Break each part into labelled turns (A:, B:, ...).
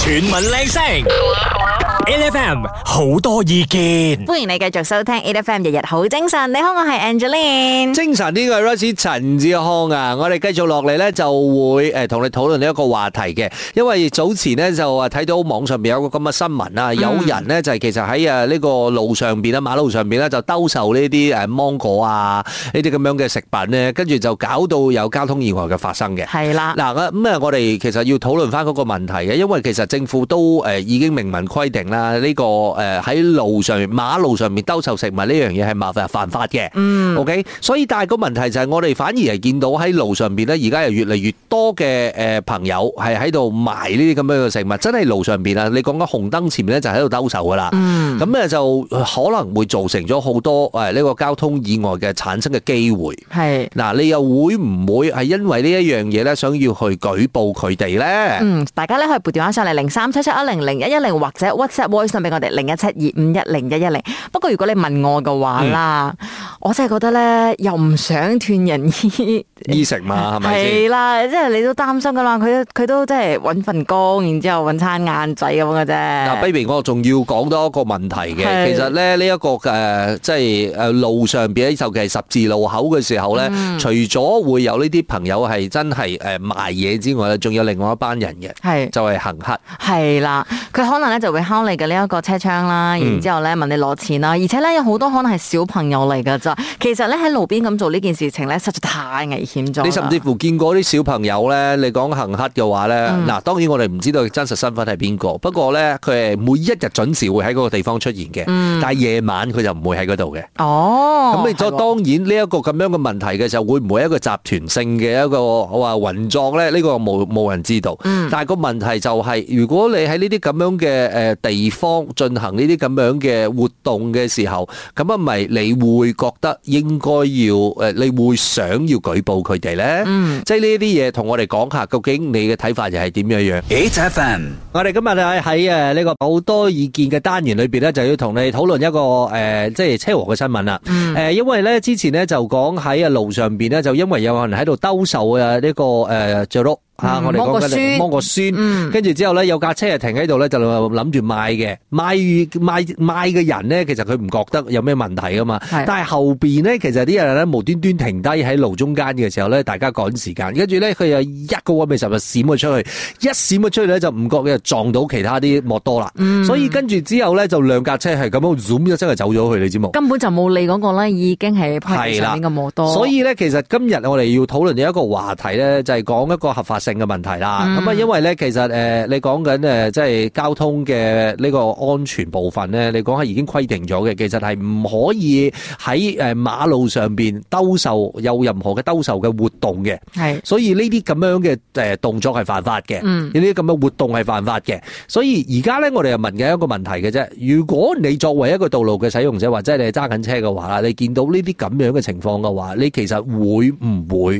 A: 全民靚聲，LFM 好多意見。
B: 歡迎你繼續收聽 A F M 日日好精神。你好，我係 Angeline。
C: 精神呢個係 Royce 陳志康啊，我哋繼續落嚟咧就會誒同你討論呢一個話題嘅，因為早前咧就話睇到網上邊有個咁嘅新聞啊，有人咧就係其實喺誒呢個路上邊啊馬路上邊咧就兜售呢啲誒芒果啊呢啲咁樣嘅食品咧，跟住就搞到有交通意外嘅發生嘅。
B: 係啦，
C: 嗱咁啊，我哋其實要討論翻嗰個問題嘅，因為其實政府都誒已經明文規定啦，呢、個誒喺路上面馬路上面兜售食物呢樣嘢係麻煩犯法嘅。嗯，OK，所以但係個問題就係我哋反而係見到喺路上邊咧，而家又越嚟越多嘅誒朋友係喺度賣呢啲咁樣嘅食物，真係路上邊啊！你講緊紅燈前面咧就喺度兜售噶啦。
B: 嗯，
C: 咁咧就可能會造成咗好多誒呢個交通意外嘅產生嘅機會。
B: 係。
C: 嗱，你又會唔會係因為呢一樣嘢咧，想要去舉報佢哋咧？
B: 嗯，大家咧可以撥電話上嚟零三七七一零零一一零或者 WhatsApp voice 信俾我哋零一七二五一零一一零。不過如果你問我嘅話啦，
C: 嗯
B: 我真係覺得咧又唔想斷人衣，
C: 衣食嘛，係咪先？
B: 係啦，即係你都擔心噶啦，佢佢都即係揾份工，然之後揾餐晏仔咁嘅
C: 嗱
B: 啫。
C: ，baby，我仲要講多一個問題
B: 係
C: 嘅。其實咧，呢一個誒，即係誒路上邊咧，尤其係十字路口嘅時候咧，
B: 嗯
C: 除咗會有呢啲朋友係真係誒賣嘢之外咧，仲有另外一班人嘅，
B: 係。
C: 就係行乞。
B: 係啦，佢可能咧就會敲你嘅呢一個車窗啦，
C: 嗯
B: 然之後咧問你攞錢啦，而且咧有好多可能係小朋友嚟㗎咋。其實咧喺路邊咁做呢件事情咧，實在太危險咗啦。
C: 你甚至乎見過啲小朋友咧，你講行乞嘅話咧，
B: 嗯
C: 嗱、當然我哋唔知道佢真實身份係邊個，不過咧佢係每一日準時會喺嗰個地方出現嘅，
B: 嗯
C: 但係夜晚佢就唔會喺嗰度嘅。
B: 哦，
C: 咁、你就
B: 係喎
C: 當然呢一個咁樣嘅問題嘅時候，會唔會係一個集團性嘅一個話運作咧？呢、個冇冇人知道。但係個問題就係、如果你喺呢啲咁樣嘅誒地方進行呢啲咁樣嘅活動嘅時候，咁啊咪你會覺得應該要誒，你會想要舉報佢哋咧？即係呢啲嘢同我哋講下，究竟你嘅睇法又係點樣樣？
A: HFM
C: 我哋今日咧喺誒呢個好多意見嘅單元裏邊咧，就要同你討論一個誒、呃即係車禍嘅新聞啦。誒、
B: 嗯
C: 呃因為咧之前咧就講喺路上邊咧，就因為有人喺度兜售啊呢、個誒雀碌
B: 嗯
C: 嚇，啊我哋
B: 芒果
C: 講緊
B: 酸
C: 芒果酸
B: 嗯，
C: 跟住之後咧有架車係停喺度咧，就諗住賣嘅，賣賣賣嘅人咧，其實佢唔覺得有咩問題噶嘛。
B: 係
C: 但係後邊咧，其實啲人咧無端端停低喺路中間嘅時候咧，大家趕時間，跟住咧佢又一個位咪就閃咗出去，一閃咗出去咧就唔覺嘅撞到其他啲摩多啦。所以跟住之後咧就兩架車係咁樣 zoom 一聲就走咗去，你知冇？
B: 根本就冇理嗰個咧，已經係趴喺上面嘅摩多，
C: 所以咧，其實今日我哋要討論嘅一個話題咧，就係、講一個合法性嘅問題啦。咁啊、因為咧，其實誒、呃你講緊誒，即係交通嘅呢個安全部分咧，你講係已經規定咗嘅，其實係唔可以喺誒馬路上邊兜售有任何嘅兜售嘅活動嘅。
B: 係
C: 所以呢啲咁樣嘅誒動作係犯法嘅，
B: 嗯
C: 呢啲咁嘅活動係犯法嘅。所以而家咧，我哋又問緊一個問題嘅啫。如果你作為一個道路嘅使用者，或者你係揸緊車嘅話啦，你見到呢啲咁樣嘅情況嘅話，你其實會唔會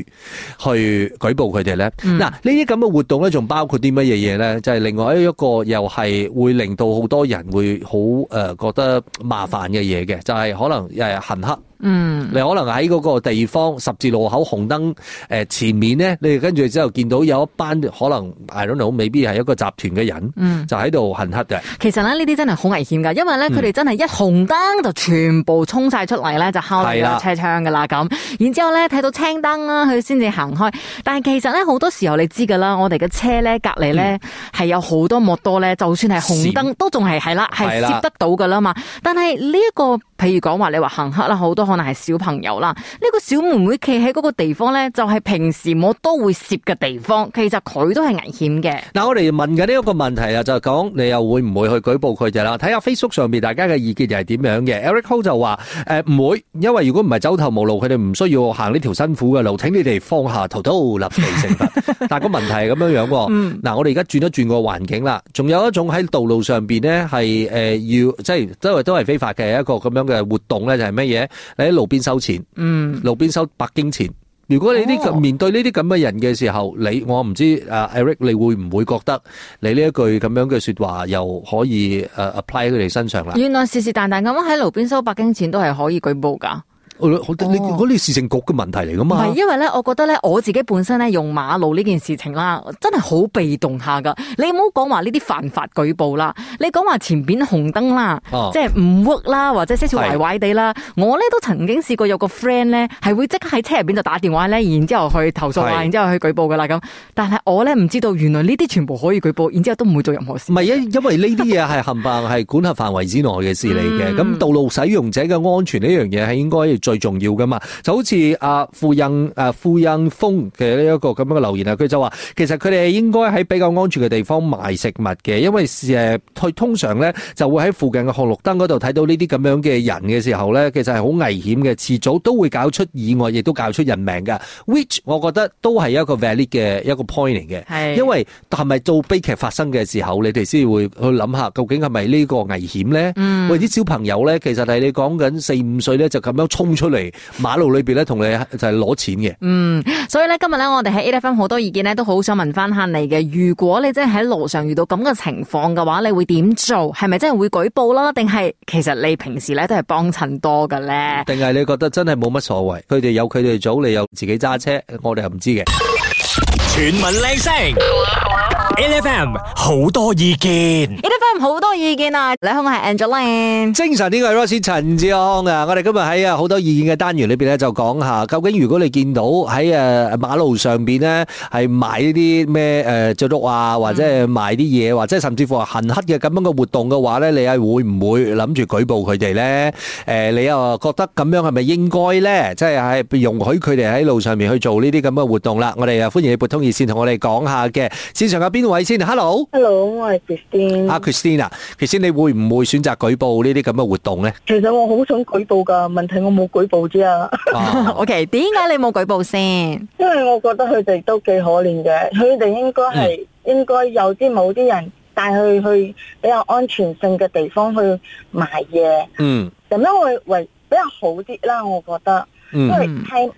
C: 去舉報佢哋咧？嗱、呢啲咁嘅活動咧，仲包括啲乜嘢嘢咧？就係、另外一個又係會令到好多人會好誒、呃、覺得麻煩嘅嘢嘅，就係、可能誒行黑。
B: 嗯
C: 你可能喺嗰個地方十字路口紅燈誒、呃前面咧，你跟住之後見到有一班可能 I don't know，未必係一個集團嘅人，
B: 嗯，
C: 就喺度行乞嘅。
B: 其實咧呢啲真係好危險㗎，因為咧
C: 嗯
B: 佢哋真係一紅燈就全部衝晒出嚟咧，就敲你
C: 係
B: 個
C: 啦
B: 車窗㗎啦咁。然之後咧睇到青燈啦，佢先至行開。但係其實咧好多時候你知㗎啦，我哋嘅車咧隔離
C: 嗯
B: 咧係有好多摩多咧，就算係紅燈都仲係係啦，係
C: 係啦
B: 攝得到㗎啦嘛。但係呢一個譬如講話你話行黑啦，好多可能係小朋友啦，呢、個小妹妹企喺嗰個地方咧，就係平時摩多會攝嘅地方，其實佢都係危險嘅。
C: 嗱，我哋問緊呢一個問題啊，就係講你又會唔會去舉報佢哋啦？睇下 Facebook 上面大家嘅意見又係點樣嘅？Eric Ho 就話誒唔會，因為如果唔係走投無路，佢哋唔需要行呢條辛苦嘅路。請你哋放下屠刀，立地成佛。但係個問題係咁樣樣喎。嗱，我哋而家轉一轉個環境啦，仲有一種喺道路上邊呢，係誒要即係都係都係非法嘅一個咁樣嘅活動咧，就係乜嘢？你喺路邊收錢。
B: 嗯，
C: 路邊收白經錢。如果你呢咁
B: 哦
C: 面對呢啲咁嘅人嘅時候，你我唔知啊 Eric，你會唔會覺得你呢一句咁樣嘅説話又可以誒 apply 喺佢哋身上啦？
B: 原來是是但但咁樣喺路邊收白經錢都係可以舉報㗎。
C: 我我你
B: 哦
C: 嗰啲市政局嘅問題嚟噶
B: 唔
C: 嘛？
B: 係，因為咧，我覺得咧，我自己本身咧用馬路呢件事情啦，真係好被動下噶。你唔好講話呢啲犯法舉報啦，你講話前邊紅燈啦，
C: 哦
B: 即係唔 work 啦，或者些少
C: 係
B: 壞壞地啦。我咧都曾經試過有個 friend 咧係會即刻喺車入邊就打電話咧，然之後去投訴
C: 係
B: 啊，然之後去舉報噶啦咁。但係我咧唔知道，原來呢啲全部可以舉報，然之後都唔會做任何事
C: 唔。係因因為呢啲嘢係冚唪唥係管轄範圍之內嘅事嚟嘅，咁、道路使用者嘅安全呢樣嘢係應該係最重要噶嘛。就好似阿傅印阿傅印峰嘅呢一個咁樣嘅留言啊，佢就話其實佢哋應該喺比較安全嘅地方賣食物嘅，因為誒佢通常咧就會喺附近嘅紅綠燈嗰度睇到呢啲咁樣嘅人嘅時候咧，其實係好危險嘅，遲早都會搞出意外，亦都搞出人命㗎。Which 我覺得都係一個 valid 嘅一個 point 嚟嘅。
B: 係
C: 因為係咪到悲劇發生嘅時候，你哋先會去諗下，究竟係咪呢個危險咧？喂，啲小朋友咧，其實係你講緊四五歲咧，就咁樣衝出嚟馬路裏邊咧，同你就係攞錢嘅。
B: 所以咧，今日咧，我哋喺 A F M 好多意見咧，都好想問翻下你嘅。如果你真係喺路上遇到咁嘅情況嘅話，你會點做？係咪真係會舉報啦？定係其實你平時咧都係幫襯多嘅咧？
C: 定係你覺得真係冇乜所謂？佢哋有佢哋組，你又自己揸車，我哋又唔知嘅。
A: chuyển mình lên sóng, LFM, nhiều ý kiến,
B: A F M 好多意見啊！你好，我係 Angeline。
C: 精神呢個係 Rosie 陳志康啊！我哋今日喺啊好多意見嘅單元裏邊咧，就講下究竟如果你見到喺誒馬路上邊咧係賣呢啲咩誒雀屋啊，或者係賣啲嘢，或者甚至乎係行乞嘅咁樣嘅活動嘅話咧，你係會唔會諗住舉報佢哋咧？誒、你又覺得咁樣係咪應該咧？即係係容許佢哋喺路上面去做呢啲咁嘅活動啦。我哋啊歡迎你撥通熱線同我哋講下嘅。線上有邊位先？Hello，
D: Hello，我係 Christine。
C: 阿 Christina，Christine，你會唔會選擇舉報呢啲咁嘅活動咧？
D: 其實我好想舉報㗎，問題我冇舉報啫啊，
C: 啊
B: O K，點解你冇舉報先？
D: 因為我覺得佢哋都幾可憐嘅，佢哋應該係、應該有啲某啲人帶佢去比較安全性嘅地方去賣嘢，
C: 嗯
D: 咁樣會為比較好啲啦，我覺得，因
C: 嗯，
D: 為太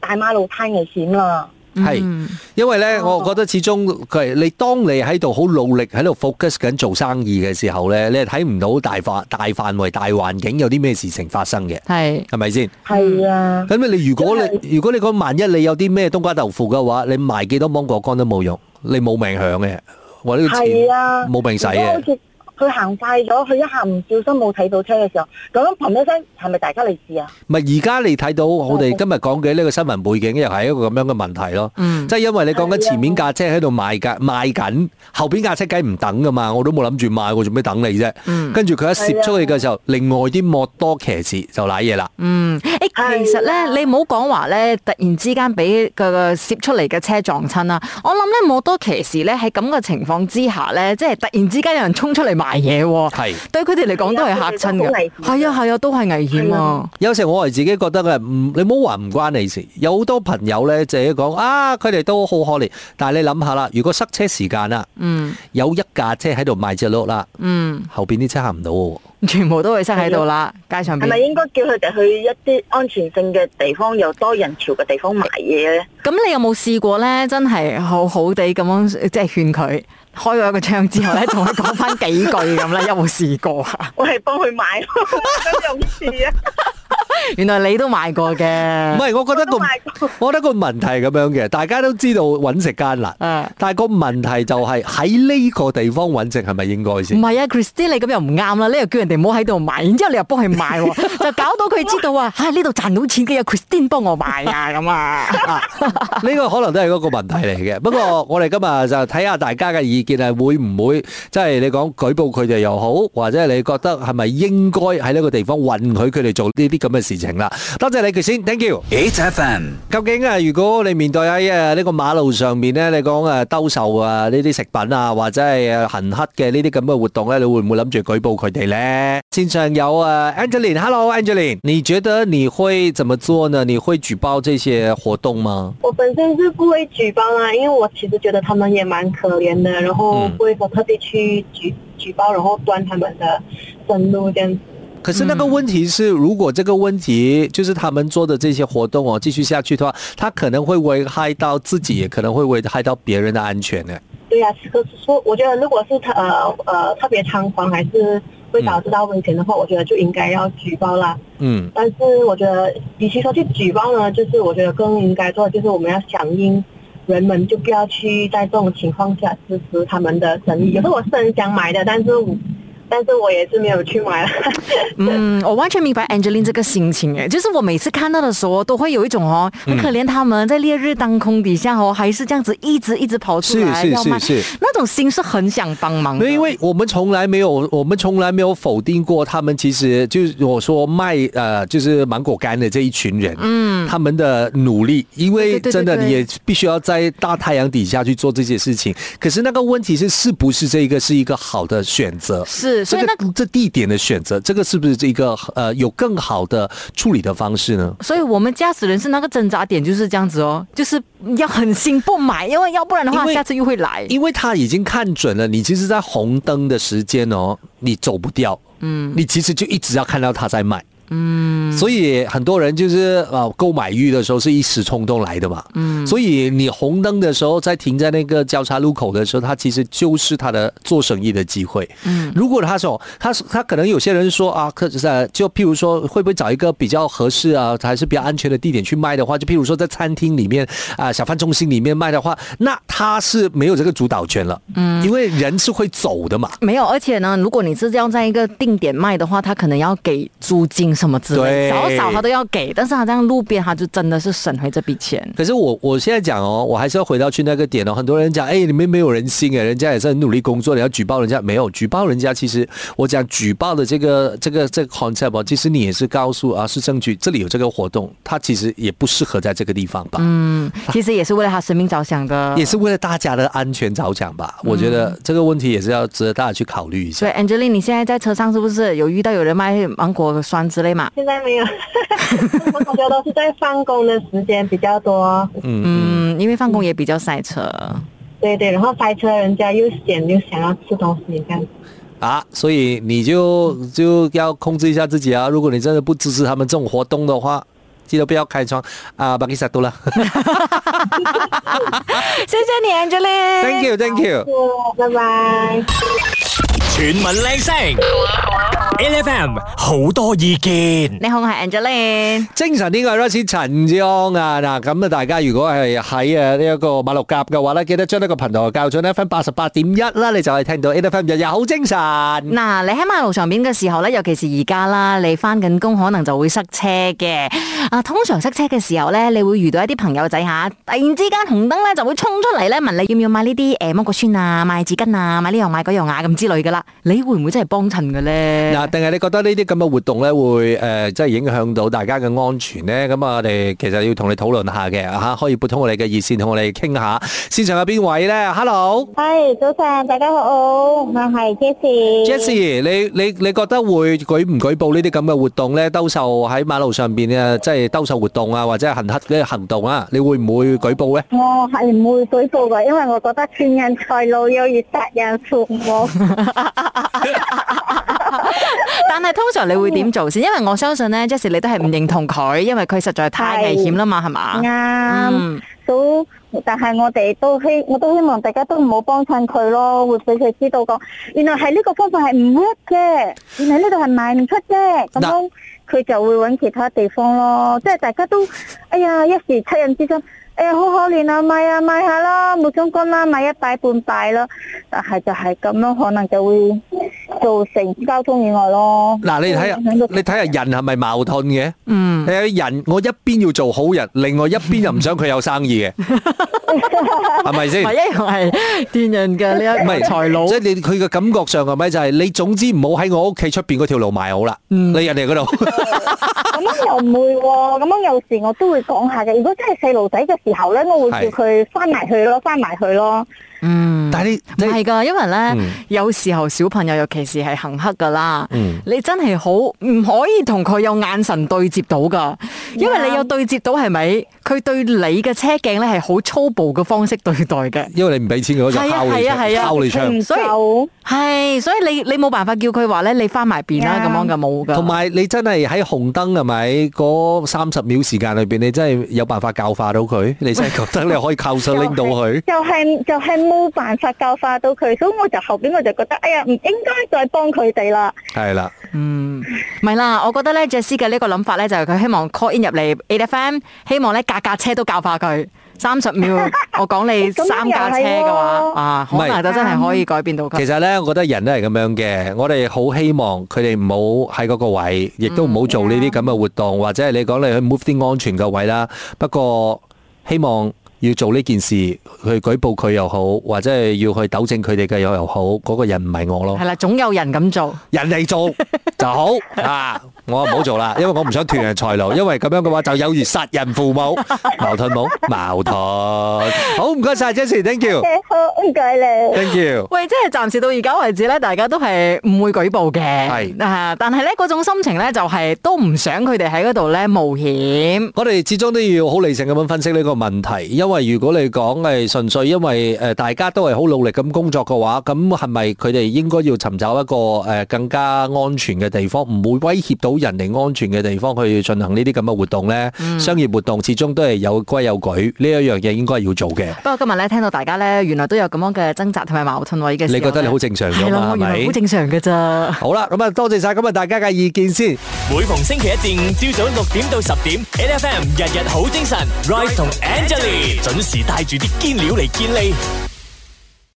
D: 大馬路太危險啦。
C: 係
B: 嗯
C: 因為咧，
D: 哦
C: 我覺得始終佢係你當你喺度好努力喺度 focus 緊做生意嘅時候咧，你係睇唔到大範大範圍大環境有啲咩事情發生嘅，
B: 係
C: 係咪先？
D: 係啊，
C: 咁你如果
D: 真
C: 你如果你講萬一你有啲咩冬瓜豆腐嘅話，你賣幾多芒果乾都冇用，你冇命享嘅，或者個錢
D: 係啊，
C: 冇命使
D: 如果好
C: 嘅。
D: 似佢行快咗，佢一下唔小心冇睇到車嘅時候，咁樣砰一聲，係咪大家嚟事啊？
C: 咪而家你睇到我哋今日講嘅呢個新聞背景，又係一個咁樣嘅問題咯。
B: 嗯
C: 即係因為你講緊前面架車喺度賣緊賣緊，後邊架車梗係唔等噶嘛，我都冇諗住賣，我做咩等你啫？
B: 嗯
C: 跟住佢一攝出去嘅時候，另外啲莫多騎士就瀨嘢啦。
B: 嗯，誒，其實咧，你唔好講話咧，突然之間俾個個攝出嚟嘅車撞親啦。我諗咧，冇多騎士咧喺咁嘅情況之下咧，即係突然之間有人衝出嚟賣嘢喎。
C: 係，
B: 對佢哋嚟講都係嚇親
D: 係啊佢哋
B: 嘅
D: 都好危，險
B: 係啊係啊，都係危險啊，
C: 有時我係自己覺得嘅，唔你唔好話唔關你事。有好多朋友呢，就係講啊，佢哋都好可憐。但係你諗下啦，如果塞車時間啦，
B: 嗯
C: 有一架車喺度賣只碌啦，
B: 嗯，
C: 後邊啲車行唔到喎。
B: 全部都會塞喺度啦，街上
D: 係咪
B: 邊。
D: 應該叫佢哋去一啲安全性嘅地方，又多人潮嘅地方買嘢咧？
B: 咁你有冇試過咧？真係好好地咁樣即係勸佢開咗一個窗之後咧，仲可以講翻幾句咁 咧？有冇試過啊？
D: 我係幫佢買， 想用次啊，
B: 原來你都買過
C: 唔
B: 嘅，
C: 係，我覺得
D: 我都買
C: 個我覺得個問題係咁樣嘅，大家都知道揾食艱難。
B: 誒。
C: 但係個問題就係喺呢個地方揾食係咪應該
B: 唔
C: 先？
B: 係啊，Christine，你咁又唔啱啦！你又叫人哋唔好喺度買，然之後你又幫佢買喎，就搞到佢知道 啊！嚇呢度賺到錢嘅有 Christine 幫我買啊咁 啊！
C: 呢個可能都係嗰個問題嚟嘅。不過我哋今日就睇下大家嘅意見係啊會唔會，即係你講舉報佢哋又好，或者你覺得係咪應該喺呢個地方允許佢哋做呢啲咁嘅事情啦？多謝你佢先，thank you。
A: 8FM,
C: 究竟啊，如果你面對喺誒呢個馬路上面咧，你講誒兜售啊呢啲食品啊，或者係誒行乞嘅呢啲咁嘅活動咧，你會唔會諗住舉報佢哋咧？線上有啊 Angeline，Hello Angeline，你覺得你會怎麼做呢？你會舉報這些活動嗎？
E: 我本身是不会举报啦，因为我其实觉得他们也蛮可怜的，然后
C: 嗯
E: 不会说特地去举举报，然后断他们的生路这样子。
C: 可是那個
B: 嗯
C: 問題是，如果這個問題就是他們做的這些活動哦，繼續下去的話，他可能會危害到自己，也可能會危害到別人的安全呢。
E: 对呀、可是说我觉得如果是特呃呃特别猖狂还是会导致到危险的话，我觉得就应该要举报啦。
C: 嗯
E: 但是我觉得，与其说去举报呢，就是我觉得更应该做的就是我们要响应人们，就不要去在这种情况下支持他们的生意。有时候我是很想买的，但是我但是我也是没有去买了。
B: 嗯，我完全明白 Angeline 这个心情哎，就是我每次看到的时候，都会有一种哦，
C: 嗯
B: 很可怜他们在烈日当空底下哦，还是这样子一直一直跑出来
C: 是是
B: 要卖
C: 是是，
B: 那种心是很想帮忙的。
C: 没有，因为我们从来没有，我们从来没有否定过他们。其实就是我说卖呃，就是芒果干的这一群人，嗯，他们的努力，因为
B: 对对对
C: 真的
B: 对
C: 你也必须要在大太阳底下去做这些事情。可是那个问题是，是不是这一个是一个好的选择？
B: 是，所
C: 这
B: 以
C: 个
B: 那
C: 这地点的选择，这个是不是这个呃有更好的处理的方式呢？
B: 所以我们驾驶人是那个挣扎点就是这样子哦，就是要狠心不买，因为要不然的话
C: 因为
B: 下次又会来。
C: 因为他已经看准了，你其实，在红灯的时间哦，你走不掉，嗯，你其实就一直要看到他在卖，嗯，所以很多人就是呃购买欲的时候是一时冲动来的嘛，嗯，所以你红灯的时候在停在那个交叉路口的时候，它其实就是他的做生意的机会，嗯，如果他说他他可能有些人说啊，可是呃就譬如说会不会找一个比较合适啊，还是比较安全的地点去卖的话，就譬如说在餐厅里面啊、小贩中心里面卖的话，那他是没有这个主导权了，嗯，因为人是会走的嘛，
B: 没有，而且呢，如果你是要在一个定点卖的话，他可能要给租金什么之类的，
C: 对
B: 少少他都要给。但是他这样路边，他就真的是省回这笔钱。
C: 可是我我现在讲哦，我还是要回到去那个点哦。很多人讲，哎，你们没有人性哎，人家也是很努力工作，你要举报人家没有举报人家。其实我讲举报的这个这个这个 concept 哦，其实你也是告诉啊，是证据，这里有这个活动，它其实也不适合在这个地方吧，
B: 其实也是为了他生命着想的。
C: 也是为了大家的安全着想吧。我觉得这个问题也是要值得大家去考虑一
B: 所
C: 下
B: 以。Angeline，你现在在车上是不是有遇到有人卖芒果酸之类嘛？
E: 现在没有，我感觉都是在放工的时间比较多。
B: 嗯，因为放工也比较塞车。
C: 嗯
E: 对对，然后塞车，人家又闲又想要吃东西，这样子。
C: 啊，所以你就就要控制一下自己啊！如果你真的不支持他们这种活动的话，记得不要开窗啊！巴基萨多啦
B: 谢谢你，Angeline。
C: ，Thank you，Thank
E: 是，
C: you。
E: 拜拜。
A: 全民靚聲，L F M 好多意見。
B: 你好，我系 Angeline。
C: 精神呢個係 r o s e 陳志安啊，嗱咁啊，大家如果係喺啊呢一個馬六甲嘅話咧，記得將呢個頻道校準 FM 八十八點一啦，你就係聽到 A F M 日日好精神。
B: 嗱，你喺馬路上邊嘅時候咧，尤其是而家啦，你翻緊工可能就會塞車嘅。啊，通常塞車嘅時候咧，你會遇到一啲朋友仔吓，突然之間紅燈咧就會衝出嚟咧問你要唔要買呢啲誒芒果酸啊、買紙巾啊、買呢樣買嗰樣啊咁之類噶啦，你會唔會真係幫襯嘅咧？
C: 嗱，定係你覺得呢啲咁嘅活動咧，會誒、呃即係影響到大家嘅安全咧？咁啊，我哋其實要同你討論下嘅嚇、啊可以撥通我哋嘅熱線同我哋傾下。線上有邊位咧？Hello，Jessie，
D: 系早晨，大家好，我系 Jessie。
C: 你你你覺得會舉唔舉報呢啲咁嘅活動咧？兜售喺馬路上邊啊，即係兜售活動啊，或者係行乞嘅行動啊，你會唔會舉報咧？
D: 我哦係唔會舉報嘅，因為我覺得斷人財路有如殺人父母。
B: 但係通常你會
D: 哦
B: 點做先？因為我相信咧，Jesse 你都係唔認同佢，因為佢實在太危險啦嘛，係嘛？
D: 啱，
B: 嗯，
D: 都但係我哋都希，我都希望大家都唔好幫襯佢咯，會俾佢知道講，原來係呢個方法係唔 work 嘅，原來呢度係賣唔出嘅，咁樣佢就會揾其他地方咯。即係大家都，哎呀，一時七人之心，哎呀，好可憐啊，買啊買下啦，冇相干啦，買一擺半擺啦。但係就係咁樣，可能就會造成交通意外咯。
C: 嗱，你睇下，你睇下人係咪矛盾嘅？嗯，人我一邊要做好人，另外一邊又唔想佢有生 意嘅，係咪先
B: 咪？一樣係斷人嘅呢一
C: 唔
B: 個
C: 係
B: 財路
C: 即。係你佢嘅感覺上係咪就係你總之唔好喺我屋企出邊嗰條路賣好啦，你人哋嗰度
D: 咁樣又唔會喎、咁樣有時我都會講下嘅。如果真係細路仔嘅時候咧，我會
C: 係
D: 叫佢翻埋去咯，翻埋去咯。
B: 嗯。
C: 但係你
B: 唔
C: 你
B: 係噶，因為咧、
C: 嗯
B: 有時候小朋友尤其是係行黑噶啦，
C: 嗯
B: 你真係好唔可以同佢有眼神對接到噶，因為你有對接到係咪？佢對你嘅車鏡咧係好粗暴嘅方式對待嘅。
C: 因為你唔俾錢嘅嗰就
B: 係啊
C: 敲你
B: 係啊係
C: 槍，
B: 啊
C: 敲你槍。
D: 唔
B: 所以
D: 夠
B: 係，所以你你冇辦法叫佢話咧，你翻埋邊啦，
D: 啱
B: 咁樣嘅冇噶。
C: 同埋你真係喺紅燈係咪？嗰三十秒時間裏邊，你真係有辦法教化到佢？你真係覺得你可以靠上拎到 佢？
D: 就係就係冇辦法教化到佢，所以我就後邊我就覺得，哎呀，唔應該再幫佢哋啦。
C: 係啦，
B: 嗯，唔係啦，我覺得咧 Jess 嘅呢個諗法咧，就係佢希望 call in 入嚟 A F M，希望咧架架車都教化佢。三十秒， 我講你
D: 咁
B: 三架車嘅
D: 又
B: 話
D: 係，喎
B: 啊，可
C: 唔係
B: 能就真係可以改變到佢
C: 其。實咧，我覺得人都係咁樣嘅。我哋好希望佢哋唔好喺嗰個位，亦都唔好做呢啲咁嘅活動，或者係你講你去 move 啲安全嘅位啦。不過希望要做呢件事，去舉報佢又好，或者係要去糾正佢哋嘅又好，嗰、個人唔係我咯
B: 係。啦，總有人咁做。
C: 人哋做就好啊，我唔好做啦，因為我唔想斷人財路，因為咁樣嘅話就有如殺人父母，矛盾冇矛盾。好，唔該晒 Jesse，thank
D: 誒
C: you，thank
D: 好，唔該你。
C: you。
B: 喂，即係暫時到而家為止咧，大家都係唔會舉報嘅。
C: 係
B: 啊，但係咧嗰種心情咧，就係都唔想佢哋喺嗰度咧冒險。
C: 我哋始終都要好理性咁樣分析呢個問題，因為如果你講係純粹因為誒大家都係好努力咁工作嘅話，咁係咪佢哋應該要尋找一個誒更加安全嘅地方，唔會威脅到人哋安全嘅地方去進行呢啲咁嘅活動呢？商業活動始終都係有規有矩，呢一樣嘢應該要做嘅。
B: 不過今日咧聽到大家咧，原來都有咁樣嘅掙扎同埋矛盾位嘅時候呢。
C: 你覺得你好正常㗎嘛
B: 係啦我原
C: 係
B: 來
C: 咪
B: 好正常嘅咋。
C: 好啦，咁啊，多謝晒今日大家嘅意見先。
A: 每逢星期一至五朝早六點到十點，N F M 日日好精神，Rise 同 Angelie 準時帶住啲堅料嚟健利。